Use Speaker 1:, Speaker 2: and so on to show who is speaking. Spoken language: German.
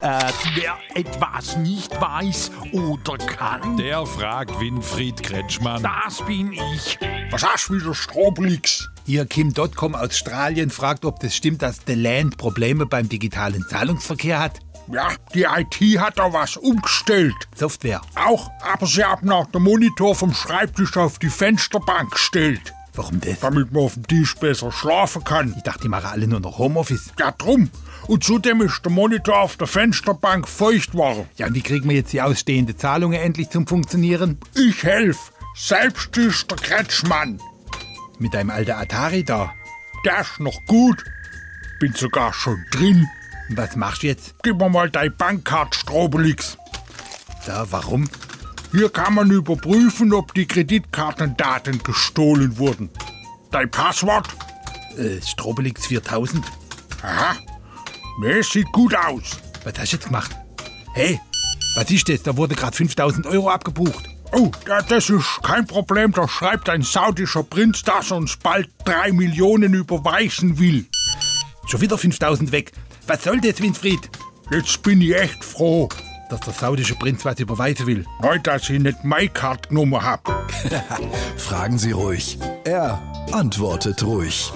Speaker 1: Äh, wer etwas nicht weiß oder kann,
Speaker 2: Der fragt Winfried Kretschmann.
Speaker 1: das bin ich.
Speaker 3: Was hast du wieder Stroblix?
Speaker 4: Hier Kim.com Australien fragt, ob das stimmt, dass The Land Probleme beim digitalen Zahlungsverkehr hat.
Speaker 3: Ja, die IT hat da was umgestellt.
Speaker 4: Software.
Speaker 3: Auch, aber sie haben auch den Monitor vom Schreibtisch auf die Fensterbank gestellt,
Speaker 4: Warum das?
Speaker 3: damit man auf dem Tisch besser schlafen kann.
Speaker 4: Ich dachte, die machen alle nur noch Homeoffice.
Speaker 3: Ja, drum. Und zudem ist der Monitor auf der Fensterbank feucht warm.
Speaker 4: Ja, und wie kriegen wir jetzt die ausstehende Zahlungen endlich zum Funktionieren?
Speaker 3: Ich helf. Selbst ist der Kretschmann.
Speaker 4: Mit deinem alten Atari da.
Speaker 3: Der ist noch gut. Bin sogar schon drin.
Speaker 4: Und was machst du jetzt?
Speaker 3: Gib mir mal dein Bankkarte, Strobelix.
Speaker 4: Da, warum?
Speaker 3: Hier kann man überprüfen, ob die Kreditkartendaten gestohlen wurden. Dein Passwort?
Speaker 4: Äh, Strobelix 4000.
Speaker 3: Aha. Nee, sieht gut aus.
Speaker 4: Was hast du jetzt gemacht? Hey, was ist das? Da wurde gerade 5000 Euro abgebucht.
Speaker 3: Oh, ja, das ist kein Problem. Da schreibt ein saudischer Prinz, dass er uns bald drei Millionen überweisen will.
Speaker 4: Schon wieder 5000 weg. Was soll das, Winfried?
Speaker 3: Jetzt bin ich echt froh,
Speaker 4: Dass der saudische Prinz was überweisen will.
Speaker 3: neu, dass ich nicht meine Kartennummer hab.
Speaker 5: Fragen Sie ruhig. Er antwortet ruhig.